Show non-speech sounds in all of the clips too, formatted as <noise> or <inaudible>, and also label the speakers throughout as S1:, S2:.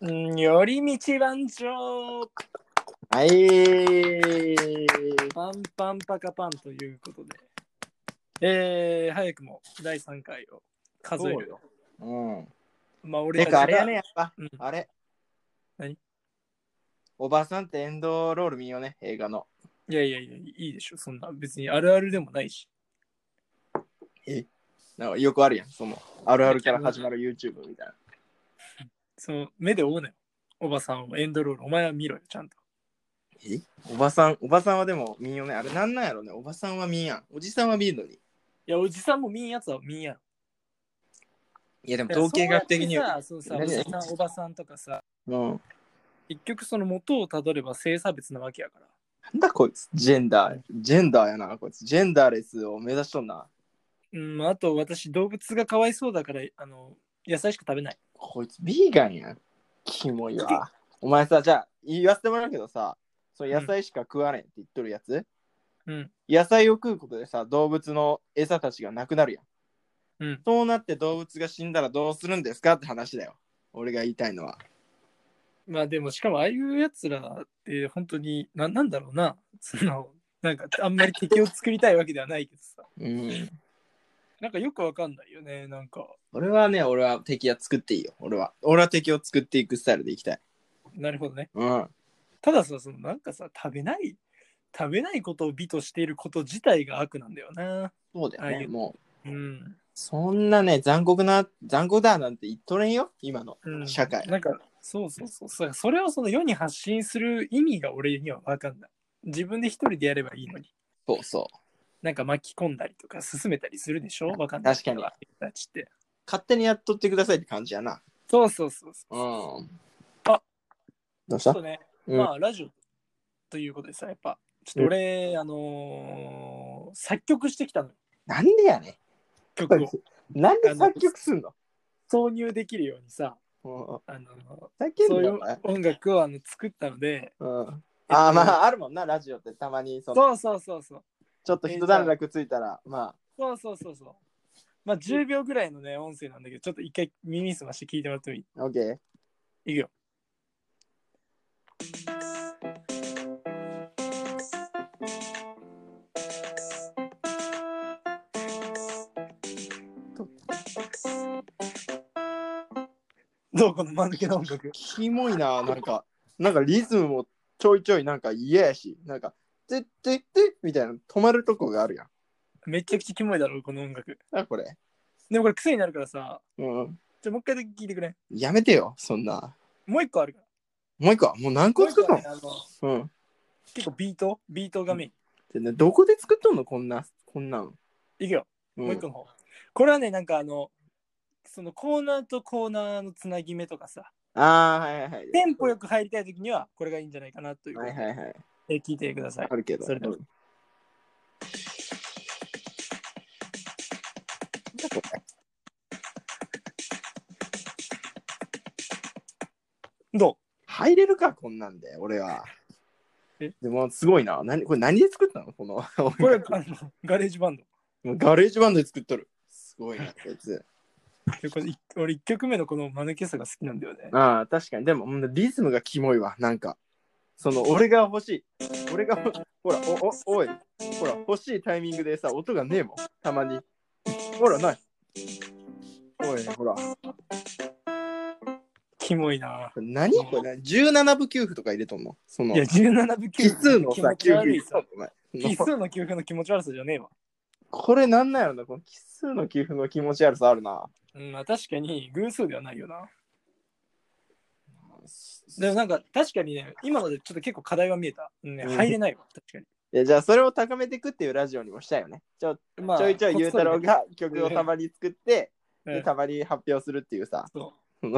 S1: うん寄り道番長
S2: はい。
S1: パンパンパカパンということで、えー、早くも第3回を数え
S2: そう
S1: る
S2: よ。うん。
S1: まあ、俺た
S2: て
S1: ちが
S2: か、あれやね、やっぱ。
S1: うん
S2: あれ。
S1: 何
S2: おばさんってエンドロール見ようね、映画の。
S1: いやいやいや、いいでしょ、そんな。別にあるあるでもないし。
S2: なんかよくあるやん、その、あるあるから始まる YouTube みたいな。
S1: その目で追うなよ。おばさんをエンドロール、お前は見ろよ、ちゃんと。
S2: えおばさん、おばさんはでも見んよね。あれなんなんやろね、おばさんは見んやん。おじさんは見んのに。
S1: いや、おじさんも見んやつは見んやろ。
S2: いや、でも統計学的には。
S1: そうさ、そうさお
S2: 何
S1: じさん、おばさんとかさ、
S2: うん。
S1: 結局その元をたどれば性差別なわけやから。
S2: なんだこいつ、ジェンダー。ジェンダーやな、こいつ。ジェンダーレスを目指しとんな。
S1: うん、あと私、動物がかわいそうだから、あの、野菜しか食べない。
S2: こいつ、ビーガンやん。キモい <laughs> わ。お前さ、じゃあ、言わせてもらうけどさ、その野菜しか食わねえって言っとるやつ、
S1: うん。
S2: 野菜を食うことでさ、動物の餌たちがなくなるやん。
S1: うん。
S2: そうなって動物が死んだらどうするんですかって話だよ。俺が言いたいのは。
S1: まあでもしかもああいうやつらって本当にななんだろうな <laughs> そのなんかあんまり敵を作りたいわけではないけどさ <laughs>
S2: うん。
S1: なんかよくわかんないよねなんか
S2: 俺はね、俺は敵は作っていいよ。俺は。俺は敵を作っていくスタイルでいきたい。
S1: なるほどね
S2: うん。
S1: たださそのなんかさ食べない食べないことを美としていること自体が悪なんだよな
S2: そうだよね。
S1: はい
S2: もう、
S1: うん、
S2: そんなね、残酷な、残酷だなんて言っとれんよ、今の
S1: うん、
S2: 社会。
S1: なんかそうそうそうそうそれをその世に発信する意味が俺にはわかんない自分で一人でやればいいのに
S2: そうそう。
S1: なんか巻き込んだりとか進めたりするでしょわかんない
S2: 確かに
S1: ああいう人たちって
S2: 勝手にやっとってくださいって感じやな。。
S1: そうそうそうそううんあ
S2: どうし
S1: ちょったとね、
S2: うん
S1: まあラジオということでさ、やっぱ、ちょっと俺、あのー作曲してきたのよ、
S2: なんでやね
S1: 曲を
S2: ん。なんで作曲すんの
S1: 挿入できるようにさ、
S2: うん
S1: あの
S2: 叫
S1: ー
S2: ん
S1: そう
S2: だ
S1: い
S2: よ
S1: う
S2: お前
S1: 音楽をあの作ったので、
S2: うん。ああ、まあ、あるもんな、ラジオってたまにその、
S1: そうそうそうそう、
S2: ちょっと人段落ついたら、ま
S1: そうそうそうそう。まあ10秒ぐらいのね、音声なんだけど、ちょっと一回耳すまして聞いてもらってもいい
S2: あ、オッケー。
S1: いくよ。どうこの間抜けな音楽。
S2: キモいな、なんか、なんかリズムもちょいちょいなんか嫌やし、なんか、てってってみたいな止まるとこがあるやん。
S1: めちゃくちゃキモいだろ、この音楽。
S2: な、これ。
S1: でもこれ癖になるからさ、
S2: うん。
S1: じゃもう一回だけ聞いてくれ。
S2: やめてよ、そんな。
S1: もう一個あるから。
S2: もう一個はもう何
S1: も
S2: 個
S1: う一
S2: 作っ
S1: 個
S2: た
S1: はね
S2: の
S1: あの
S2: うん。
S1: 結構ビートビートがメイン。
S2: でね、どこで作っとんのこんな、こんなん。
S1: いくよ。
S2: うん
S1: もう一個の方。これはね、なんかあの、そのコーナーとコーナーのつなぎ目とかさ、
S2: ああ、はいはいはい。
S1: テンポよく入りたいときには、これがいいんじゃないかなという、
S2: はいはいはい。
S1: え聞いてください
S2: あ。るけど。
S1: それで
S2: う
S1: も
S2: んなんだこれ
S1: ど
S2: 入れるか、こんなんで、俺は。
S1: え
S2: でも、すごいな。何これ何で作ったのこの。
S1: うこれ、あのガレージバンド。
S2: もう <laughs> ガレージバンドで作っとる。すごいな、こいつ。
S1: でこれい俺、1曲目のこの間抜けさが好きなんだよね。
S2: ああ、確かに。でも、うんリズムがキモいわ、なんか。その、俺が欲しい。俺がほ、ほら、お、お、おい。ほら、欲しいタイミングでさ、音がねえもん。たまに。ほら、ない。おい、ほら。
S1: キモいな。
S2: 何これ17部給付とか入れとんのその
S1: いや、17部
S2: 奇
S1: 級
S2: 数の
S1: 気
S2: さ
S1: 持
S2: 給
S1: ち
S2: 付
S1: 悪
S2: 入
S1: い
S2: れと
S1: さ
S2: ん。の
S1: 奇
S2: お前
S1: 数の給付の気持ち悪さじゃねえわ。
S2: これなんなんやろなこの奇数の給付の気持ち悪さあるな
S1: うん、まあ確かに偶数ではないよな。でもなんか確かにね、今のでちょっと結構課題は見えた。うんね、
S2: うん
S1: 入れないわ、確かに。
S2: いやじゃあそれを高めていくっていうラジオにもしたよねちょ
S1: ま
S2: ちょいちょいゆうたろう
S1: こっ
S2: が曲をたまに作って、
S1: そりねう
S2: で
S1: ん
S2: たまに発表するっていうさ
S1: そう。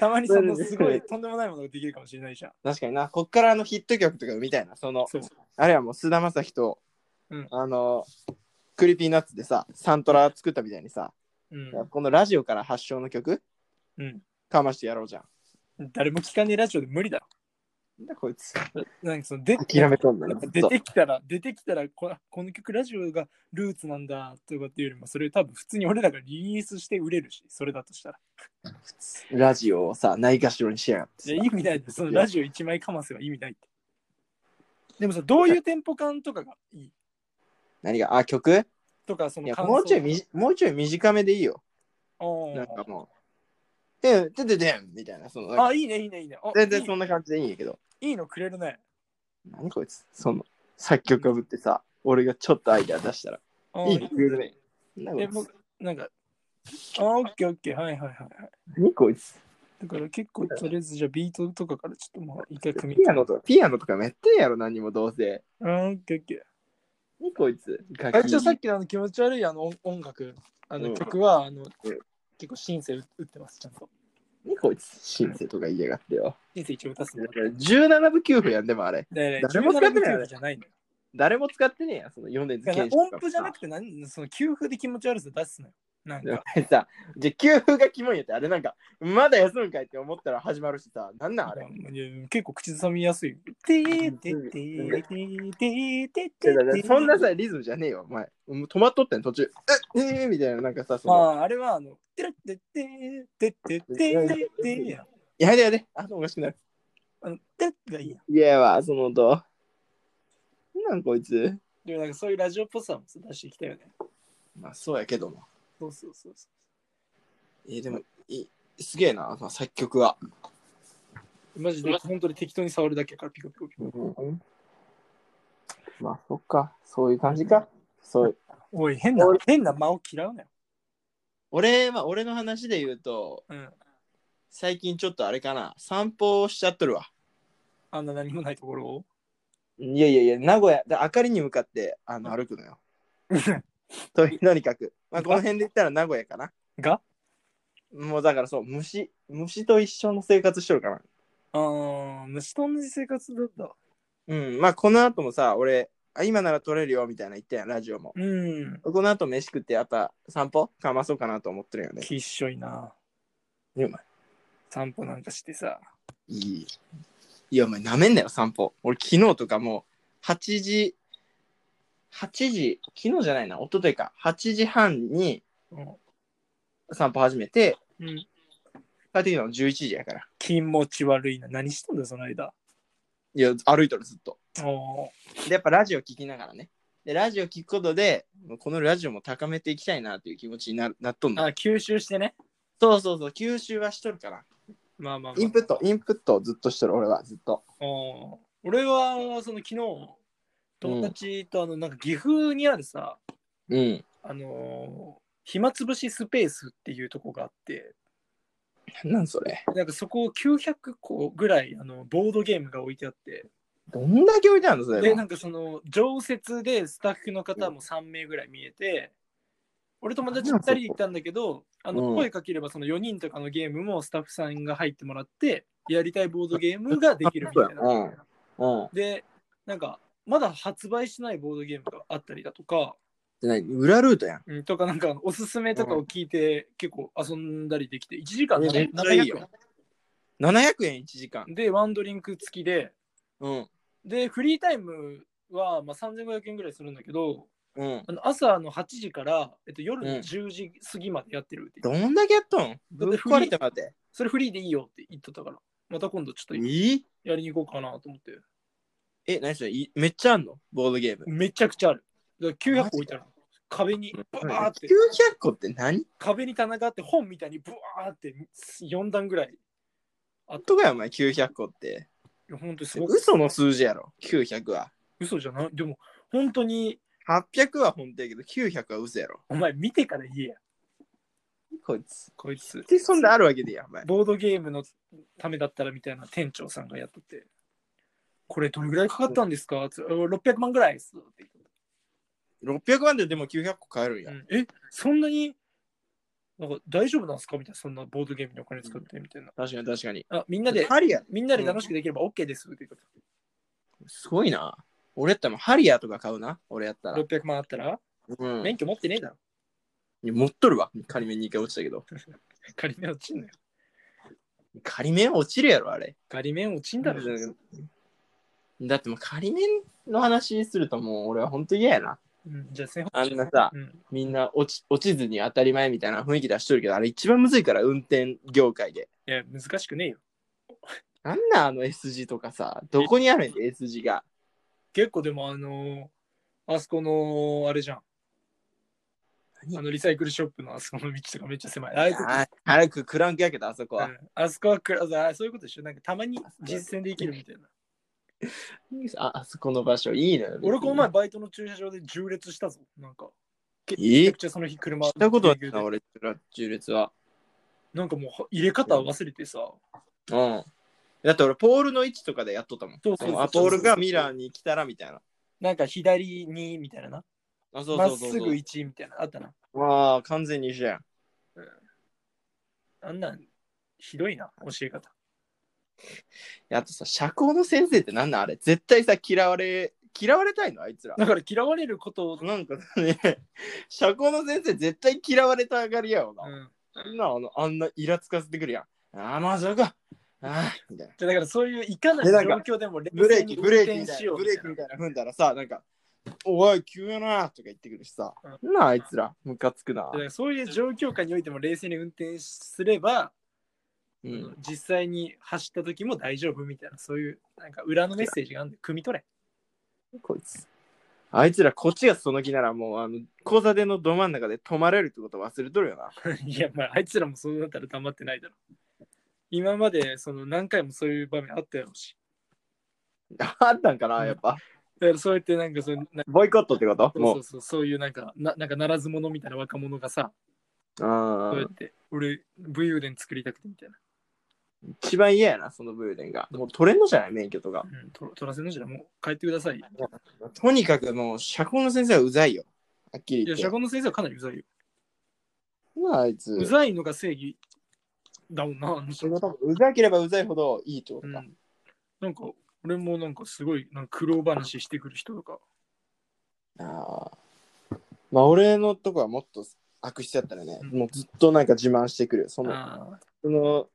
S1: たまにその
S2: それです
S1: ごいとんでもないものができるかもしれないじゃん。
S2: 確かになこっからあのヒット曲とかみたいなその
S1: そう。
S2: あれはもう菅田将暉と、
S1: うん
S2: あのクリーピーナッツでさサントラ作ったみたいにさ、
S1: う
S2: このラジオから発祥の曲
S1: ん。
S2: かましてやろうじゃん
S1: うん。誰も聞かねえラジオで無理だろ。
S2: なんだこいつ
S1: なんかそので
S2: 諦めとんだ
S1: なんか
S2: な
S1: 出てきたら、出てきたらこ、この曲ラジオがルーツなんだとかっていうよりも、それ多分普通に俺らがリリースして売れるし、それだとしたら。
S2: ラジオをさ、ないがしろにしやがって
S1: いや意味ないってそのラジオ1枚かませば意味ないって。でもさ、どういうテンポ感とかがいい
S2: 何が、あ、曲
S1: とか、そ
S2: い
S1: の
S2: や、
S1: 感想
S2: もうちょいみじ、もうちょい短めでいいよ。
S1: おー
S2: なんかもう、でん、でんでんでんみたいな、その、なんか
S1: あ、いいね、いいね、いいね。あ
S2: 全然
S1: いい
S2: そんな感じでいいんやけど、
S1: いいのくれるね。
S2: 何こいつ、その、作曲かぶってさ、俺がちょっとアイデア出したら、
S1: あー
S2: いいのくれるね。なん
S1: え、
S2: かこい
S1: 僕、なんか、あ、オッケーオッケー、はいはいはいはい。
S2: つ何こいつ、
S1: だから結構、とりあえずじゃあビートとかからちょっともう一回組み
S2: ピアノとか、ピアノとかもやってんやろ、何もどうせ。
S1: あー、オッケーオッケー。
S2: 何こいつ、ガ
S1: あ
S2: キ
S1: じゃあさっきのあの気持ち悪いあの音音楽、あ
S2: う
S1: の
S2: ん
S1: 曲は、あの、
S2: ん
S1: 結構シンセ打ってます、ちゃんと。
S2: 何こいつ、シンセとか言いやがってよ。
S1: シンセ一応出すの
S2: だ。から17部9分やんでもあれ。
S1: 誰
S2: 誰も使ってないよね
S1: じゃないのよ。
S2: 誰も使ってねえやん、その米津
S1: だから
S2: 玄師
S1: 音符じゃな
S2: て。
S1: くて何、その給付で気持ち悪さ出すのよ。なん
S2: で
S1: か、
S2: <laughs> お前さ、じゃあ給付がキモいよって、あれなんか、まだ休むんかいって思ったら始まるしさ、なんなんあれ。
S1: いや結構口ずさみやすいよ。てーてーてーてーてーてーて
S2: いやだか
S1: ー
S2: らそんなさ、リズムじゃねえよ、お前。もう止まっとったん途中。えっ、えーみたいな、なんかさ、そ
S1: ま
S2: の、
S1: あ、あれはあの、てらってってってってってってってやん。
S2: やれやれ、あ、おかしくなる。
S1: あの、てらがいいやん。
S2: いやわ、その音。なんこいつ。
S1: でもなんかそういうラジオっぽさも出してきたよね。
S2: まあ、そうやけども。
S1: そうそうそうそ
S2: えーでも、いすげえな、まあ、作曲は。
S1: う。マジで本当に適当に触るだけやからピコピコピコ。
S2: まあ、そっか、そういう感じか。そう
S1: おい、変な
S2: 俺、
S1: 変な間を嫌うなよ。
S2: 俺、まあ、俺の話で言うと、
S1: うん。
S2: 最近ちょっとあれかな、散歩しちゃっとるわ。
S1: あんな何もないところ <laughs> を。
S2: いやいやいや、名古屋、だ明かりに向かってあの歩くのよ。ととにかく、まあ、この辺で言ったら名古屋かな。
S1: が
S2: もうだからそう、虫、虫と一緒の生活しとるかな。
S1: あー、虫と同じ生活だったわ。
S2: うん、まあこの後もさ、俺、あ今なら撮れるよみたいな言ったやん、ラジオも。
S1: うん。
S2: この後飯食って、やっぱ散歩かまそうかなと思ってるよね。
S1: きっしょいな。
S2: いや、お前、
S1: 散歩なんかしてさ。
S2: いい。いや、お前、なめんなよ、散歩。俺、昨日とかもう、8時、8時、昨日じゃないな、一昨日か、8時半に
S1: うん。
S2: 散歩始めて、
S1: うん、
S2: 帰ってきたの11時やから。
S1: 気持ち悪いな。何しとんだよ、その間。
S2: いや、歩いとる、ずっと。
S1: おー
S2: で、やっぱラジオ聞きながらね。で、ラジオ聞くことで、このラジオも高めていきたいなという気持ちにななっとんの。
S1: あ、吸収してね。
S2: そうそうそう、吸収はしとるから。
S1: まあまあ、まあ。
S2: インプット、インプットをずっとしとる、俺はずっと。
S1: ああ俺はその昨日友達とあのなんか岐阜にあるさ、
S2: うん。
S1: あのー暇つぶしスペースっていうとこがあって
S2: なんそれ。
S1: なんかそこを900個ぐらいあのボードゲームが置いてあって
S2: どんだけ置いてあるのそれ。
S1: でなんかその常設でスタッフの方も3名ぐらい見えて俺友達2人で行ったんだけどあ
S2: う
S1: の
S2: ん
S1: 声かければその4人とかのゲームもスタッフさんが入ってもらってやりたいボードゲームができるみたいな。
S2: うん。
S1: で、なんか、まだ発売しないボードゲームがあったりだとか、
S2: で、何裏ルートやん。
S1: うん、とか、なんか、おすすめとかを聞いて、結構遊んだりできて、1時間
S2: えめっちゃいいよ
S1: 700
S2: 700円1時間。
S1: 円で、ワンドリンク付きで、
S2: うん。
S1: で、フリータイムは、まあ、3500円ぐらいするんだけど、
S2: うん。
S1: あの朝の8時から、えっと、夜
S2: う
S1: の
S2: ん
S1: 10時過ぎまでやってるって言って、
S2: どんだけやっとんぶっ壊れてまで。
S1: それフリーでいいよって言っとったから、また今度ちょっと
S2: いい
S1: やりに行こうかなと思って、
S2: え、何それいめっちゃあんのボードゲーム。
S1: めちゃくちゃある。だから900
S2: マジ
S1: 個置いてある。壁にバーって
S2: 900。個って何
S1: 壁に棚があって本みたいにブワーって4段ぐらい。
S2: とかよ、お前900個って。
S1: いや本当にすごく
S2: 嘘の数字やろ、900は。
S1: 嘘じゃない。でも本当に
S2: 800は本当やけど、900は嘘やろ。
S1: お前見てから言えや。
S2: こいつ。
S1: こいつ。
S2: で、そんであるわけでやん、お前。
S1: ボードゲームのためだったらみたいな店長さんがやってて。これどれぐらいかかったんですかつってうん ?600 万ぐらいですって
S2: 600万ででも900個買えるんや。
S1: 言って、うんえ、そんなになんか大丈夫なんですかみたいな。そんなボードゲームにお金使ってみたいな。
S2: 確かに確かに。
S1: あみんなで、
S2: ハリアー、
S1: みんなで楽しくできれば OK ですって言って
S2: すごいな。俺やったらもうハリアーとか買うな、俺やったら。
S1: 600万あったら
S2: うん。い
S1: 免許持ってねえだろ。
S2: や持っとるわ。仮面2回落ちたけど。
S1: 仮面落ちんのよ。
S2: 仮面落ちるやろ、あれ。
S1: 仮面落ちんだろ。
S2: だってもう仮面の話するともう俺は本当嫌やな。
S1: うん、じゃあ千
S2: あんなさ、
S1: うん、
S2: みんな落ち落ちずに当たり前みたいな雰囲気出しとるけど、あれ一番むずいから、運転業界で。
S1: いや、難しくねえよ。
S2: なんなんあの S 字とかさ、どこにあるんで S 字が。
S1: 結構でも、あのーあそこの、あれじゃん。
S2: 何
S1: あのリサイクルショップのあそこの道とかめっちゃ狭い。ああいうとこ
S2: あ早くクランクやけど、あそこは。
S1: うんあそこはクラザー、そういうことでしょ。なんかたまに実践できるみたいな。
S2: ああそこの場所いいのよ。
S1: 俺、この前バイトの駐車場で縦列したぞ。なんか、
S2: え
S1: めち
S2: え
S1: ゃくちゃその日車。
S2: したことあったな、俺、中列は。
S1: なんかもう入れ方忘れてさ。
S2: うん。だって俺、ポールの位置とかでやっとったもん。
S1: そうそうそう
S2: あポールがミラーに来たらみたいな。
S1: なんか左にみたいなな。
S2: あ、そう
S1: ま
S2: そ
S1: っ
S2: うそう
S1: す
S2: そう。
S1: ぐ1みたいな。あったな。
S2: わあ、完全に一緒やん。
S1: あんなんひどいな、教え方。
S2: であとさ、社交の先生ってなんなんあれ絶対さ、嫌われ、嫌われたいのあいつら。
S1: だから嫌われることを、
S2: なんかね、 <laughs> 社交の先生絶対嫌われたがりやよ
S1: う
S2: な。
S1: ん
S2: そんなあのあんなイラつかせてくるやん。ああ、まあそうか。ああ、みたいな。
S1: じゃあだからそういういかな
S2: で
S1: る
S2: なんか
S1: 状況でも冷
S2: ブレ
S1: 静
S2: ーキ、
S1: に
S2: ブレー
S1: 運
S2: キみ
S1: 転
S2: た
S1: し
S2: いな、
S1: よう
S2: ブ
S1: み
S2: レー
S1: た
S2: キ
S1: い
S2: み
S1: な。
S2: たいな踏んだらさ、なんか、おい、急やなとか言ってくるしさ。なあ、あいつら、ムカつくな
S1: だ。からそういう状況下においても冷静に運転すれば、
S2: うん。
S1: 実際に走った時も大丈夫みたいな、そういうなんか裏のメッセージがあるんで、汲み取れ。
S2: こいつ。あいつら、こっちがその気なら、もう、あの、交差点のど真ん中で止まれるってこと忘れとるよな。
S1: <laughs> いや、まあ、あいつらもそうなったら黙ってないだろ。今までその何回もそういう場面あったやろうし。
S2: <laughs> あったんかな、やっぱ。
S1: だからそうやってなんかそのな
S2: ボイコットってこと
S1: そう
S2: も
S1: そうう。そうそういうなんかななんかならず者みたいな若者がさ、
S2: あ
S1: そうや
S2: ー
S1: って俺武勇伝作りたくてみたいな、
S2: 一番嫌やな、そのブーデンが。もう取れんのじゃない免許とか。
S1: うん、と取らせんのじゃもう帰ってくださいい
S2: とにかくもう、社交の先生はうざいよ。はっきり言
S1: や
S2: って。
S1: 社交の先生はかなりうざいよ、
S2: なあ、あいうつ。
S1: ざいのが正義だもんなあの人
S2: それが多分うざければうざいほどいいってこ
S1: う
S2: と
S1: ん
S2: か。
S1: なんか俺もなんかすごいなんか苦労話してくる人とか
S2: ああ。まあ、俺のとこはもっと悪質だったらね、
S1: うん
S2: もうずっとなんか自慢してくるよ。その、
S1: あ
S2: その、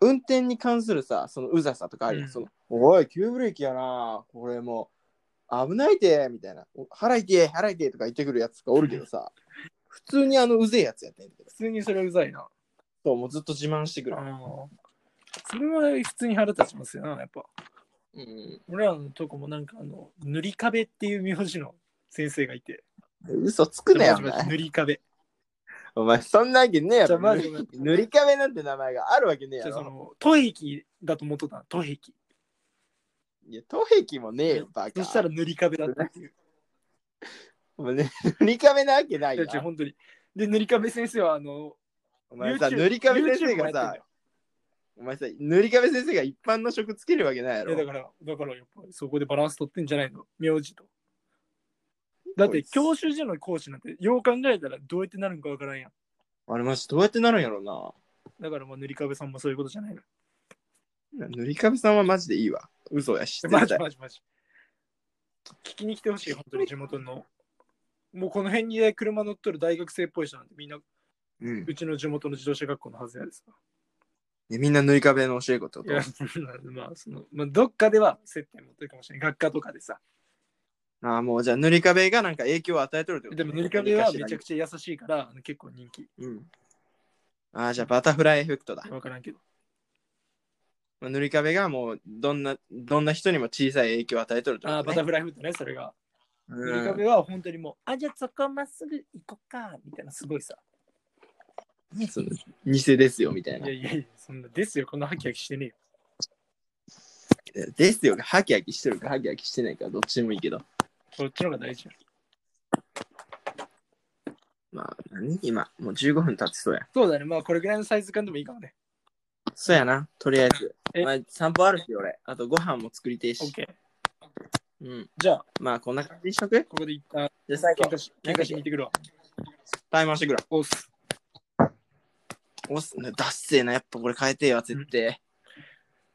S2: 運転に関するさ、そのうざさとかあるよ。
S1: うん
S2: その、おい、急ブレーキやな、これもう、危ないで、みたいな。お払いて、払いてとか言ってくるやつとかおるけ
S1: <laughs>
S2: どさ、普通にあのうぜえやつやってんだけど。
S1: 普通にそれはうざいな
S2: そう、もうずっと自慢してくる。
S1: あそれは普通に腹立ちますよなやっぱ
S2: うん。
S1: 俺らのとこもなんかあの塗り壁っていう名字の先生がいて
S2: 嘘つくなよ、お
S1: マジマジ
S2: 前。
S1: 塗り壁
S2: お前、そんなわけねえや
S1: じゃあ
S2: ろ。
S1: マジマジ
S2: 塗り壁なんて名前があるわけねえ
S1: じ
S2: や
S1: ゃあそ
S2: ろ。
S1: の、都壁だと思っとったの、都壁。
S2: いや、都壁もねえよ、バカ。
S1: そしたら塗り壁だったっていう。
S2: もうね、塗り壁なわけない
S1: いや
S2: よ。
S1: 違う本当に。で、塗り壁先生は、あの、
S2: お前さ、
S1: YouTube
S2: 塗り壁先生
S1: YouTube
S2: が
S1: もやっ
S2: さ、お前さ、塗り壁先生が一般の職つけるわけないや
S1: いやだ
S2: ろ。
S1: から、だからやっぱりそこでバランス取ってんじゃないの、名字と。だっ
S2: こ
S1: て、
S2: いつ
S1: 教習所の講師なんて、よう考えたらどうやってなるんかわからんやん。
S2: あれマジどうやってなるんやろう
S1: だから、まあ、塗り壁さんもそういうことじゃ <laughs> ないの。
S2: な。塗り壁さんはマジでいいわ。嘘やし。
S1: マ
S2: 絶
S1: ジ
S2: 対
S1: マジマジ。聞きに来てほしい、本当に地元の。もうこの辺にね車乗っとる大学生っぽい人なんてみんな
S2: うん
S1: うちの地元の自動車学校のはずやです。
S2: でみんな塗り壁の教え子ってこ
S1: い
S2: と
S1: や、 <laughs> まあ、その、まあ、どっかでは接点持ってるかもしれない。学科とかでさ。
S2: ああ、もうじゃあ塗り壁がなんか影響を与えとるってこと
S1: でも、塗り壁はめちゃくちゃ優しいから、あの結構人気。
S2: うん。ああ、じゃあバタフライエフェクトだ。
S1: わからんけど。
S2: まあ塗り壁がもうどんな、どんな人にも小さい影響を与えとるってこ
S1: ああ、
S2: と
S1: バ
S2: ね、
S1: タフライフットね、それが。
S2: うん
S1: 塗り壁は本当にもう、あ、じゃあそこまっすぐ行こっか、みたいな、すごいさ。
S2: その偽ですよみたい
S1: い
S2: な
S1: や。いやいや、そんな、ですよ、こんなハキハキしてねえよ。
S2: ですよがハキハキしてるかハキハキしてないかどっちでもいいけど。
S1: こっちの方が大事や。
S2: まあ、何今、もう15分経ちそうや。
S1: そうだね、まあ、これぐらいのサイズ感でもいいかもね。
S2: そうやな、とりあえず。
S1: え
S2: まあ、散歩あるし、俺。あと、ご飯も作りてえし。
S1: OK。
S2: うん。
S1: じゃあ、
S2: まあ、こんな感じにしとく
S1: ここで一旦、
S2: じゃあ、最
S1: 喧
S2: 後
S1: 嘩、し、喧嘩しに行ってくるわ。
S2: タイマーしてくるわ。
S1: おっす。
S2: おっすね、だっせえな。やっぱこれ変えてえわ、絶対。